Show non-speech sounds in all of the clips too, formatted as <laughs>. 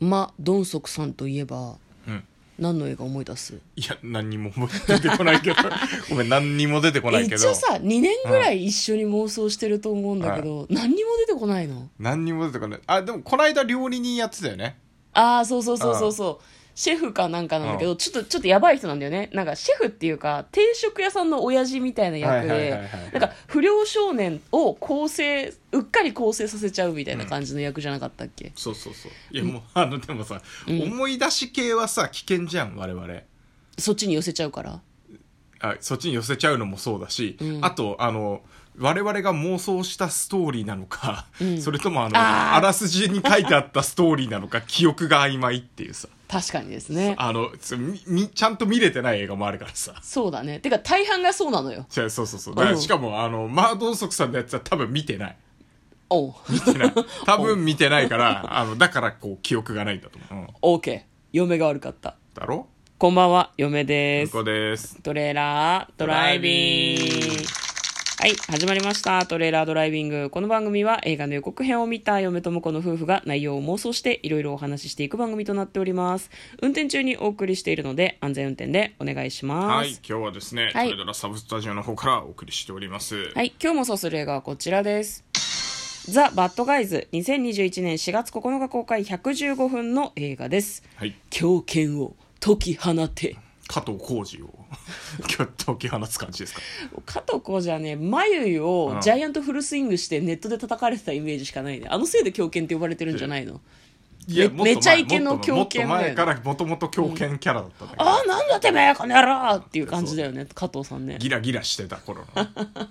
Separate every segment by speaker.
Speaker 1: マ・ドンソクさんといえば
Speaker 2: うん
Speaker 1: 何の映画思い出す
Speaker 2: いや何にも思い出てこないけどごめん何にも出てこないけ
Speaker 1: 一
Speaker 2: ど
Speaker 1: 応さ2年ぐらい一緒に妄想してると思うんだけど、何にも出てこないの
Speaker 2: 何にも出てこないあでもこの間料理人やってたよね
Speaker 1: ああそうそうそうそうそうシェフかなんかなんだけど、ちょっとちょっとやばい人なんだよねなんかシェフっていうか定食屋さんの親父みたいな役で、
Speaker 2: はいはいはいはい
Speaker 1: なんか不良少年を構成うっかり構成させちゃうみたいな感じの役じゃなかったっけ、
Speaker 2: そうそうそういやもうあのでもさ、思い出し系はさ危険じゃん我々
Speaker 1: そっちに寄せちゃうから
Speaker 2: あそっちに寄せちゃうのもそうだし、
Speaker 1: うん
Speaker 2: あとあの我々が妄想したストーリーなのか、
Speaker 1: うん
Speaker 2: それともあの
Speaker 1: あー
Speaker 2: あらすじに書いてあったストーリーなのか記憶が曖昧っていうさ
Speaker 1: 確かにですね
Speaker 2: あのつみみちゃんと見れてない映画もあるからさ
Speaker 1: そうだねてか大半がそうなのよ
Speaker 2: じゃあそうそうそうだか
Speaker 1: うん
Speaker 2: らしかもあのマードンソクさんのやつは多分見てない <laughs>
Speaker 1: おう
Speaker 2: 見てない
Speaker 1: <laughs>
Speaker 2: 多分見てないからあのだからこう記憶がないんだと思う、うん、
Speaker 1: OK 嫁が悪かった
Speaker 2: だろ
Speaker 1: こんばんは嫁です
Speaker 2: ここです
Speaker 1: トレーラードライビング
Speaker 2: ドライビング
Speaker 1: はい始まりましたトレーラードライビングこの番組は映画の予告編を見た嫁と子の夫婦が内容を妄想していろいろお話ししていく番組となっております運転中にお送りしているので安全運転でお願いします
Speaker 2: は
Speaker 1: はいい、
Speaker 2: 今日はですね、
Speaker 1: はい
Speaker 2: トレドラサブスタジオの方からお送りしております
Speaker 1: 今日もそうする映画はこちらですザ・バッドガイズ2021年4月9日公開115分の映画です
Speaker 2: はい
Speaker 1: 狂犬を解き放て
Speaker 2: 加藤浩次を <laughs> 今日解き放つ感じですか
Speaker 1: 加藤浩次はね眉を
Speaker 2: うん
Speaker 1: ジャイアントフルスイングしてネットで叩かれてたイメージしかないねあのせいで狂犬って呼ばれてるんじゃないの
Speaker 2: い
Speaker 1: めめちゃイケの狂犬
Speaker 2: もっと
Speaker 1: だよ
Speaker 2: 前
Speaker 1: ね
Speaker 2: からもともと狂犬キャラだったんだけど、
Speaker 1: ああなんだてめえこの野郎っていう感じだよね加藤さんね
Speaker 2: ギラギラしてた頃の
Speaker 1: <laughs>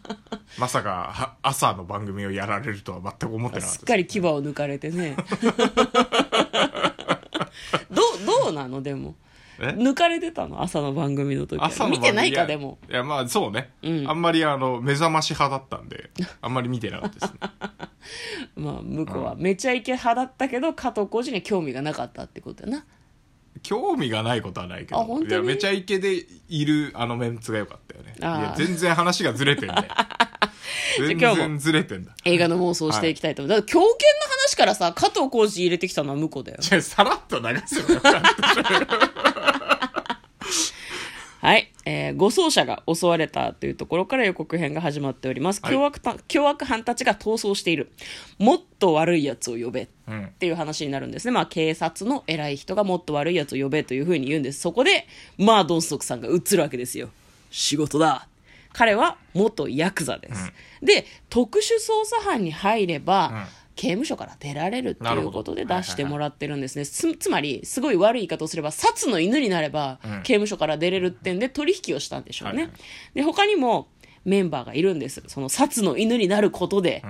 Speaker 2: まさかは朝の番組をやられるとは全く思ってなか
Speaker 1: す
Speaker 2: っ
Speaker 1: ったか
Speaker 2: で
Speaker 1: り牙を抜かれて
Speaker 2: <laughs>
Speaker 1: ねどうどうなのでも
Speaker 2: すえ
Speaker 1: 抜かれてたの朝の番組の時は
Speaker 2: 朝の番
Speaker 1: 見
Speaker 2: 組
Speaker 1: てない
Speaker 2: や
Speaker 1: かでも
Speaker 2: いやまあそうね、
Speaker 1: うん
Speaker 2: あんまりあの目覚まし派だったんであんまり見てなかったで
Speaker 1: <laughs>
Speaker 2: すね
Speaker 1: まあ向こうはめちゃイケ派だったけど加藤浩次には興味がなかったってことだな
Speaker 2: 興味がないことはないけど
Speaker 1: あ本当に
Speaker 2: いやめちゃイケでいるあのメンツが良かったよねい
Speaker 1: あ
Speaker 2: や
Speaker 1: ー
Speaker 2: 全然話がずれ
Speaker 1: <laughs>
Speaker 2: てんだよ全
Speaker 1: 今日も
Speaker 2: 然ずれてんだ
Speaker 1: 映画の妄想をしていきたいと思う、だから狂犬の話からさ加藤浩次入れてきたのは向こうだよ
Speaker 2: じゃあさらっと流すの
Speaker 1: <laughs>
Speaker 2: よ
Speaker 1: はい、えー、護送車が襲われたというところから予告編が始まっております、
Speaker 2: はい
Speaker 1: 凶悪た凶悪犯たちが逃走しているもっと悪いやつを呼べっ
Speaker 2: うん
Speaker 1: ていう話になるんですね、まあ、警察の偉い人がもっと悪いやつを呼べというふうに言うんですそこでまあドンストクさんが映るわけですよ仕事だ彼は元ヤクザです、で特殊捜査班に入れば、
Speaker 2: ん
Speaker 1: 刑務所から出られるっていうことで
Speaker 2: なるほど
Speaker 1: 出してもらってるんですね、つつまりすごい悪い言い方をすれば殺の犬になれば、
Speaker 2: うん
Speaker 1: 刑務所から出れるってんで取引をしたんでしょうね、
Speaker 2: はいはい
Speaker 1: で他にもメンバーがいるんですその殺の犬になることで、
Speaker 2: ん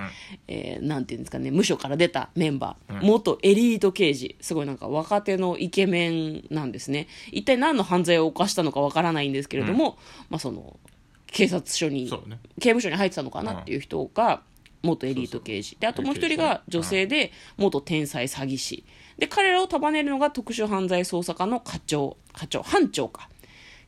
Speaker 1: えーなんていうんですかね無所から出たメンバー、元エリート刑事すごいなんか若手のイケメンなんですね一体何の犯罪を犯したのかわからないんですけれども、まあその警察署に、
Speaker 2: そうね
Speaker 1: 刑務所に入ってたのかなっていう人が元エリート刑事であともう一人が女性で元天才詐欺師で彼らを束ねるのが特殊犯罪捜査課の課長課長班長か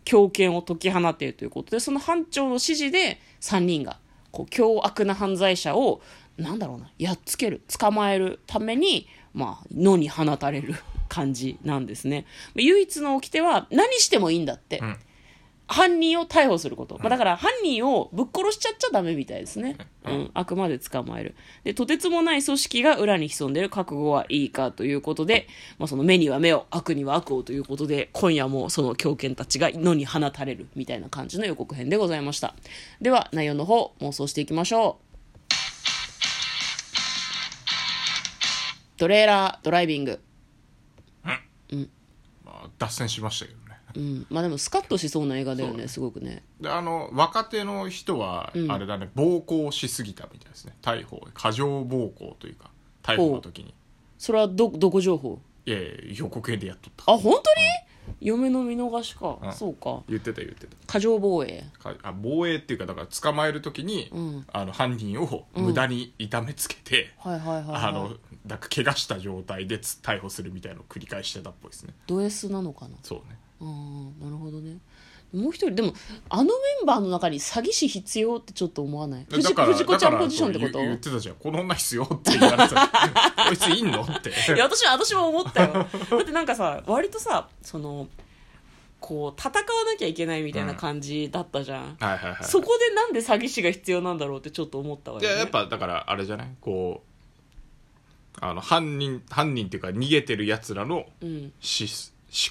Speaker 1: 強権を解き放てということでその班長の指示で3人がこう凶悪な犯罪者をなんだろうなやっつける捕まえるために、まあ、野に放たれる感じなんですね唯一の掟は何してもいいんだって、
Speaker 2: ん
Speaker 1: 犯人を逮捕すること、まあ、だから犯人をぶっ殺しちゃっちゃダメみたいですね、うん、あくまで捕まえるでとてつもない組織が裏に潜んでる覚悟はいいかということで、まあ、その目には目を悪には悪をということで今夜もその狂犬たちが野に放たれるみたいな感じの予告編でございましたでは内容の方妄想していきましょうトレーラードライビング
Speaker 2: まあ脱線しましたけどね
Speaker 1: うんまあでもスカッとしそうな映画だよねすごくね
Speaker 2: であの若手の人はあれだね、暴行しすぎたみたいですね逮捕過剰暴行というか逮捕の時に
Speaker 1: それはどどこ情報
Speaker 2: いやいや予告編でやっとった
Speaker 1: あ本当に、嫁の見逃しか、
Speaker 2: うん
Speaker 1: そうか
Speaker 2: 言ってた言ってた
Speaker 1: 過剰防衛
Speaker 2: かあ防衛っていうかだから捕まえる時に、
Speaker 1: うん
Speaker 2: あの犯人を無駄に痛めつけて、
Speaker 1: はいはいはい、はい、
Speaker 2: あのなんか怪我した状態でつ逮捕するみたいのを繰り返してたっぽいですね
Speaker 1: ド S なのかな
Speaker 2: そうね
Speaker 1: ああなるほどねもう一人でもあのメンバーの中に詐欺師必要ってちょっと思わない藤
Speaker 2: だから
Speaker 1: 藤子ちゃんポジションってこ
Speaker 2: だ
Speaker 1: と
Speaker 2: から言言ってたじゃんこの女必要って言われた <laughs> こいついんの
Speaker 1: <laughs>
Speaker 2: って
Speaker 1: いや私は私も思ったよ <laughs> だってなんかさ割とさそのこう戦わなきゃいけないみたいな感じだったじゃん、
Speaker 2: はいはいはい
Speaker 1: そこでなんで詐欺師が必要なんだろうってちょっと思ったわ
Speaker 2: い
Speaker 1: よ、
Speaker 2: や
Speaker 1: ね、
Speaker 2: やっぱだからあれじゃないこうあの犯人犯人っていうか逃げてるやつらの
Speaker 1: うん
Speaker 2: し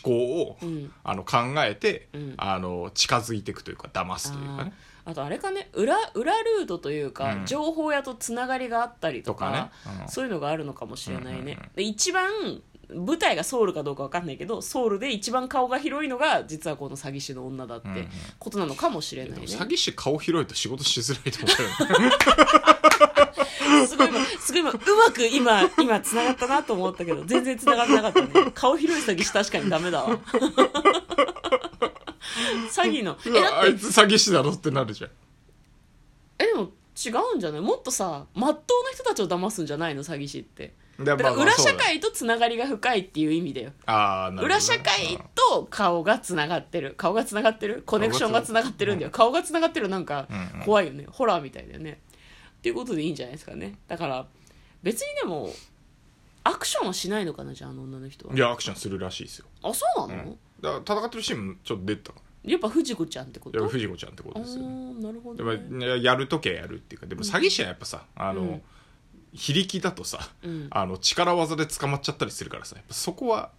Speaker 2: 思考を、
Speaker 1: うん
Speaker 2: あの考えて、
Speaker 1: うん
Speaker 2: あの近づいていくというか騙すというかね
Speaker 1: あーあとあれかね裏裏ルートというか、
Speaker 2: うん
Speaker 1: 情報屋とつながりがあったりと
Speaker 2: と
Speaker 1: か
Speaker 2: かね、
Speaker 1: そういうのがあるのかもしれないね、
Speaker 2: うんうんうん
Speaker 1: で一番舞台がソウルかどうかわかんないけどソウルで一番顔が広いのが実はこの詐欺師の女だって
Speaker 2: うんうん
Speaker 1: ことなのかもしれ
Speaker 2: うん
Speaker 1: ない
Speaker 2: で
Speaker 1: ね、
Speaker 2: も詐欺師顔広いと仕事しづらいと思うよね
Speaker 1: すごい今すごい今うまく今今つながったなと思ったけど全然つながってなかったね顔広い詐欺師確かにダメだ
Speaker 2: <laughs>
Speaker 1: わ詐欺の <laughs> え
Speaker 2: う
Speaker 1: だ
Speaker 2: わ
Speaker 1: っ
Speaker 2: あ
Speaker 1: て
Speaker 2: いつ詐欺師だろってなるじゃん
Speaker 1: えでも違うんじゃないもっとさまっとうな人たちを騙すんじゃないの詐欺師って
Speaker 2: だ
Speaker 1: だから裏社
Speaker 2: そうだね
Speaker 1: 会とつながりが深いっていう意味だよ
Speaker 2: あーなるほどね
Speaker 1: 裏社会と顔がつながってる顔がつながってるコネクションがつながってるんだよ顔がつながってるなんか
Speaker 2: うんうん
Speaker 1: 怖いよねホラーみたいだよねっていうことでいいんじゃないですかねだから別にでもアクションはしないのかなじゃああの女の人はい
Speaker 2: やアクションするらしいですよ、
Speaker 1: あそう
Speaker 2: う
Speaker 1: なの
Speaker 2: ん、だから戦ってるシーンもちょっと出てたか
Speaker 1: やっぱ藤子ちゃんってこ
Speaker 2: らい
Speaker 1: と
Speaker 2: や藤子ちゃんってこ
Speaker 1: あ
Speaker 2: とですよね
Speaker 1: ーなるほ
Speaker 2: で
Speaker 1: ど
Speaker 2: も
Speaker 1: ね、
Speaker 2: ややる時はやるっていうかでも詐欺師はやっぱさ、あの、
Speaker 1: うん
Speaker 2: 非力だとさ、
Speaker 1: うん
Speaker 2: あの力技で捕まっちゃったりするからさやっぱそこは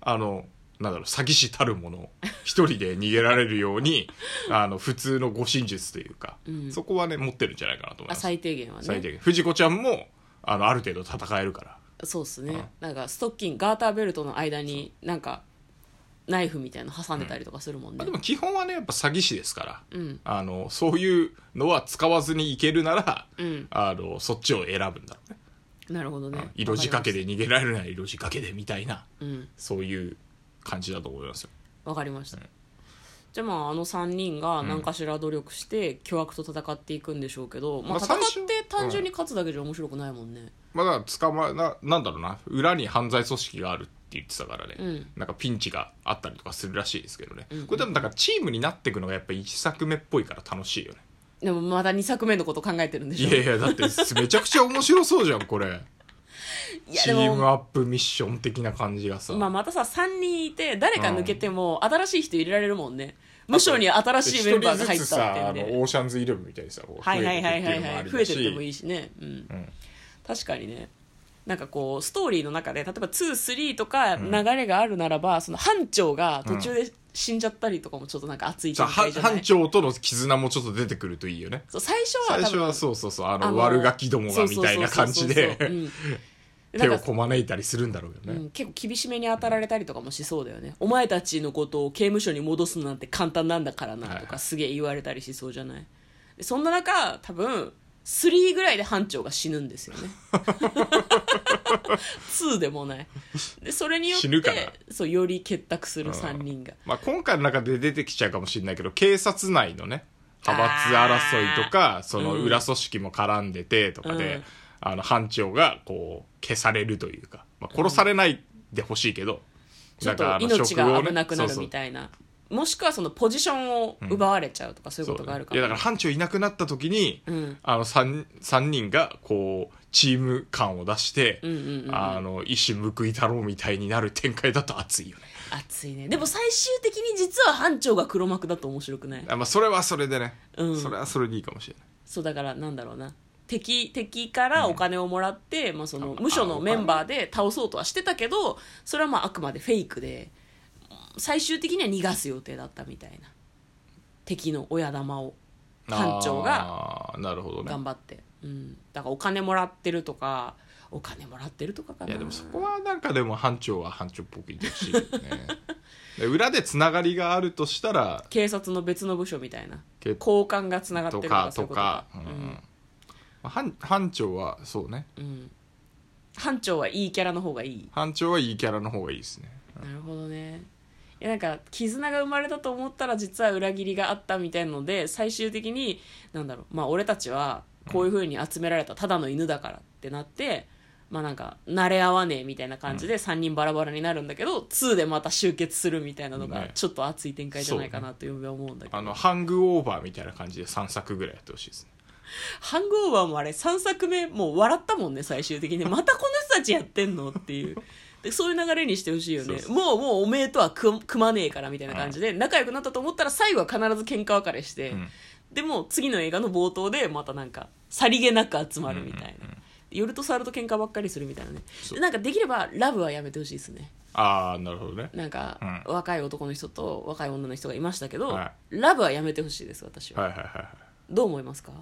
Speaker 2: あのなんだろう詐欺師たるものを一人で逃げられるようにあの普通の護身術というか、
Speaker 1: うん
Speaker 2: そこはね持ってるんじゃないかなと思
Speaker 1: あ
Speaker 2: います
Speaker 1: 最低限はね
Speaker 2: 最低限藤子ちゃんもあのある程度戦えるから
Speaker 1: そうっす
Speaker 2: うん
Speaker 1: ねなんかストッキングガーターベルトの間になんかナイフみたいの挟んでたりとかするもんね
Speaker 2: まあ、でも基本はねやっぱ詐欺師ですか
Speaker 1: う
Speaker 2: ら、
Speaker 1: ん
Speaker 2: あのそういうのは使わずにいけるなら、
Speaker 1: うん
Speaker 2: あのそっちを選ぶんだろうね
Speaker 1: なるほどね
Speaker 2: 色仕掛けで逃げられるなら色仕掛けでみたいな
Speaker 1: うん
Speaker 2: そういう感じだと思いますよ
Speaker 1: わかりました、じゃあまああの3人が何かしら努力して巨悪と戦っていくんでしょうけど、まあ、
Speaker 2: まあ
Speaker 1: 戦っ
Speaker 2: 最初
Speaker 1: て単純に勝つだけじゃ面白くないもんね、
Speaker 2: まあだから捕まえななんだろうな裏に犯罪組織があるって言ってたからね、
Speaker 1: うん
Speaker 2: なんかピンチがあったりとかするらしいですけどね、
Speaker 1: うん
Speaker 2: これでもだからチームになっていくのがやっぱ1作目っぽいから楽しいよね
Speaker 1: でもまだ2作目のこと考えてるんでしょ
Speaker 2: いやいやだってめちゃくちゃ面白そうじゃんこれ
Speaker 1: いや
Speaker 2: チ
Speaker 1: で
Speaker 2: ーム
Speaker 1: も
Speaker 2: アップミッション的な感じがさ、
Speaker 1: まあ、またさ3人いて誰か抜けても新しい人入れられるもんね無償に新しいメンバーが入ったってい
Speaker 2: 一人ずつさあ
Speaker 1: うね
Speaker 2: のオーシャンズイレブンみたいにさこう増
Speaker 1: は
Speaker 2: え
Speaker 1: い
Speaker 2: て
Speaker 1: はい
Speaker 2: くっ
Speaker 1: はいは
Speaker 2: て
Speaker 1: いいう
Speaker 2: のも
Speaker 1: は
Speaker 2: あ
Speaker 1: い
Speaker 2: り
Speaker 1: 増えて
Speaker 2: だ
Speaker 1: ってもい
Speaker 2: し
Speaker 1: いしねうん、
Speaker 2: ん
Speaker 1: 確かにねなんかこうストーリーの中で例えば23とか流れがあるならば、その班長が途中で死んじゃったりとかもちょっとなんか熱い
Speaker 2: さ
Speaker 1: 展
Speaker 2: あは
Speaker 1: 開じゃない
Speaker 2: 班長との絆もちょっと出てくるといいよね
Speaker 1: そう最初は多
Speaker 2: 最
Speaker 1: 分
Speaker 2: 初はそうそうそうあの
Speaker 1: あの
Speaker 2: 悪ガキどもがみたいな感じ
Speaker 1: そうそうそうそう
Speaker 2: で <laughs>
Speaker 1: うん
Speaker 2: 手
Speaker 1: な
Speaker 2: を
Speaker 1: んか
Speaker 2: こまねいたりするんだろうよ
Speaker 1: う
Speaker 2: ね、
Speaker 1: ん、結構厳しめに当たられたりとかもしそうだよねお前たちのことを刑務所に戻すなんて簡単なんだからな
Speaker 2: はい
Speaker 1: と
Speaker 2: は
Speaker 1: か
Speaker 2: い
Speaker 1: すげえ言われたりしそうじゃないでそんな中多分3ぐらいで班長が死ぬんですよね <laughs> 2でもないでそれによって
Speaker 2: 死ぬから
Speaker 1: そうより結託する3人が、
Speaker 2: まあ、今回の中で出てきちゃうかもしれないけど警察内のね派閥争いとかその裏組織も絡んでてとかで、
Speaker 1: うん
Speaker 2: あの班長がこう消されるというか、まあ、殺されないでほしいけど、
Speaker 1: ちょっと
Speaker 2: なんかあの
Speaker 1: 命
Speaker 2: 職
Speaker 1: が
Speaker 2: をね
Speaker 1: 危なくなるみたいなもしくはそのポジションを奪われちゃうとか、そういう
Speaker 2: そ
Speaker 1: こ
Speaker 2: うそ
Speaker 1: と
Speaker 2: う
Speaker 1: があるか
Speaker 2: いや
Speaker 1: ら
Speaker 2: だから班長いなくなった時に、
Speaker 1: うん
Speaker 2: あの 3, 三人がこうチーム感を出して、
Speaker 1: うんうんうんうん
Speaker 2: あの一矢報い太郎みたいになる展開だと熱いよね
Speaker 1: 熱いねでも最終的に実は班長が黒幕だと面白くない
Speaker 2: あ、まあ、それはそれでね、
Speaker 1: うん
Speaker 2: それはそれでいいかもしれない
Speaker 1: そうだからなんだろうな敵敵からお金をもらって、まあ、その無所のメンバーで倒そうとはしてたけどそれはまああくまでフェイクで最終的には逃がす予定だったみたいな敵の親玉を班長が
Speaker 2: あーなるほどね
Speaker 1: 頑張って、うん、だからお金もらってるとかお金もらってるとかかない
Speaker 2: やでもそこはなんかでも班長は班長っぽく言ってほ
Speaker 1: <laughs>
Speaker 2: しいよねで裏でつながりがあるとしたら
Speaker 1: 警察の別の部署みたいな
Speaker 2: け
Speaker 1: 交換がつながって
Speaker 2: と
Speaker 1: ると
Speaker 2: か
Speaker 1: かそういうこ
Speaker 2: と
Speaker 1: とか
Speaker 2: か、うんまあ班班長はそうね
Speaker 1: うん、班長はいいキャラの方がいい
Speaker 2: 班長はいいキャラの方がいいですね
Speaker 1: なるほどねいやなんか絆が生まれたと思ったら実は裏切りがあったみたいなので最終的になんだろうまあ俺たちはこういうふうに集められたただの犬だからってなって、まあなんか慣れ合わねえみたいな感じで3人バラバラになるんだけど、2でまた集結するみたいなのが
Speaker 2: ね
Speaker 1: ちょっと熱い展開じゃないかなというは思うんだけど、
Speaker 2: あのハングオーバーみたいな感じで3作ぐらいやってほしいですね
Speaker 1: ハングオーバーもあれ3作目もう笑ったもんね最終的
Speaker 2: <laughs>
Speaker 1: にまたこの人たちやってんのっていうでそういう流れにしてほしいよね
Speaker 2: そうそう
Speaker 1: もうもうおめえとはく組まねえからみたいな感じで仲良くなったと思ったら最後は必ず喧嘩別れして、
Speaker 2: ん
Speaker 1: でもう次の映画の冒頭でまたなんかさりげなく集まるみたいな、夜と猿と喧嘩ばっかりするみたいなね
Speaker 2: そう
Speaker 1: でなんかできればラブはやめてほしいですね
Speaker 2: ああなるほどね
Speaker 1: なんか、
Speaker 2: う
Speaker 1: 若い男の人と若い女の人がいましたけど、
Speaker 2: は
Speaker 1: ラブはやめてほしいです私は、
Speaker 2: はいはいはいはい
Speaker 1: どう思いますか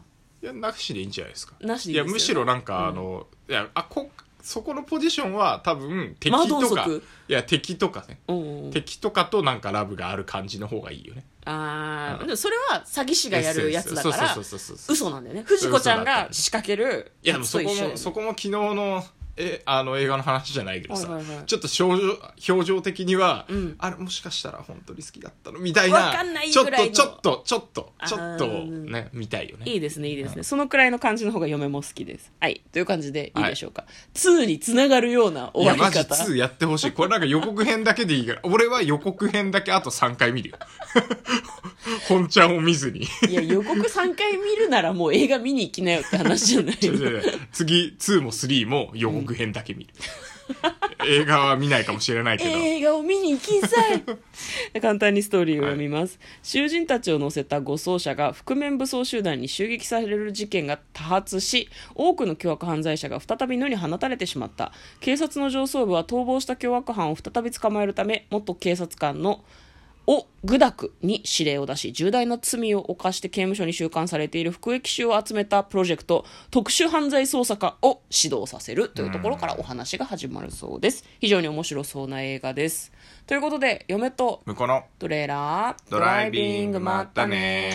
Speaker 2: いやなしでいいんじゃないですか
Speaker 1: なしでいいですよ
Speaker 2: やむしろなんか、あのいやあこそこのポジションは多分敵
Speaker 1: マドン
Speaker 2: とか
Speaker 1: ソク
Speaker 2: いや敵とかね、
Speaker 1: うんうん
Speaker 2: 敵とかとなんかラブがある感じの方がいいよね
Speaker 1: あー
Speaker 2: うん
Speaker 1: でもそれは詐欺師がやるやつだから
Speaker 2: そうそうそうそうそう
Speaker 1: 嘘なんだよね藤子ちゃんが仕掛ける
Speaker 2: いやで
Speaker 1: や
Speaker 2: も
Speaker 1: つ
Speaker 2: そ
Speaker 1: と
Speaker 2: こ
Speaker 1: 一緒だよね
Speaker 2: もそこも昨日のえあの映画の話じゃないけどさ、
Speaker 1: はいはいはい
Speaker 2: ちょっと症状表情的には、
Speaker 1: うん
Speaker 2: あれもしかしたら本当に好きだったのみたいな
Speaker 1: わかんない
Speaker 2: ちょっ
Speaker 1: ぐらいの
Speaker 2: とちょっとちょっとちょっと
Speaker 1: あー
Speaker 2: ね見たいよね
Speaker 1: いいですねいいですねそのくらいの感じの方が嫁も好きですはいという感じでいいでしょうか、2につながるような終わり
Speaker 2: いやマ
Speaker 1: 方
Speaker 2: ジ2やってほしいこれなんか予告編だけでいいから俺は予告編だけあと3回見るよ <laughs> 本ちゃんを見ずに
Speaker 1: いや予告3回見るならもう映画見に行きなよって話じゃ
Speaker 2: <laughs>
Speaker 1: ない
Speaker 2: 違う違う違う次2も3も予告編だけ見る、映画は見ないかもしれないけど、
Speaker 1: 映画を見に行きんさ
Speaker 2: <laughs>
Speaker 1: い簡単にストーリーを読みます、囚人たちを乗せた護送車が覆面武装集団に襲撃される事件が多発し多くの凶悪犯罪者が再び野に放たれてしまった警察の上層部は逃亡した凶悪犯を再び捕まえるため元警察官のをグダクに指令を出し重大な罪を犯して刑務所に収監されている服役囚を集めたプロジェクト特殊犯罪捜査課を指導させるというところからお話が始まるそうです非常に面白そうな映画ですということで嫁と
Speaker 2: 向こうの
Speaker 1: トレーラード
Speaker 2: ドライビングまったね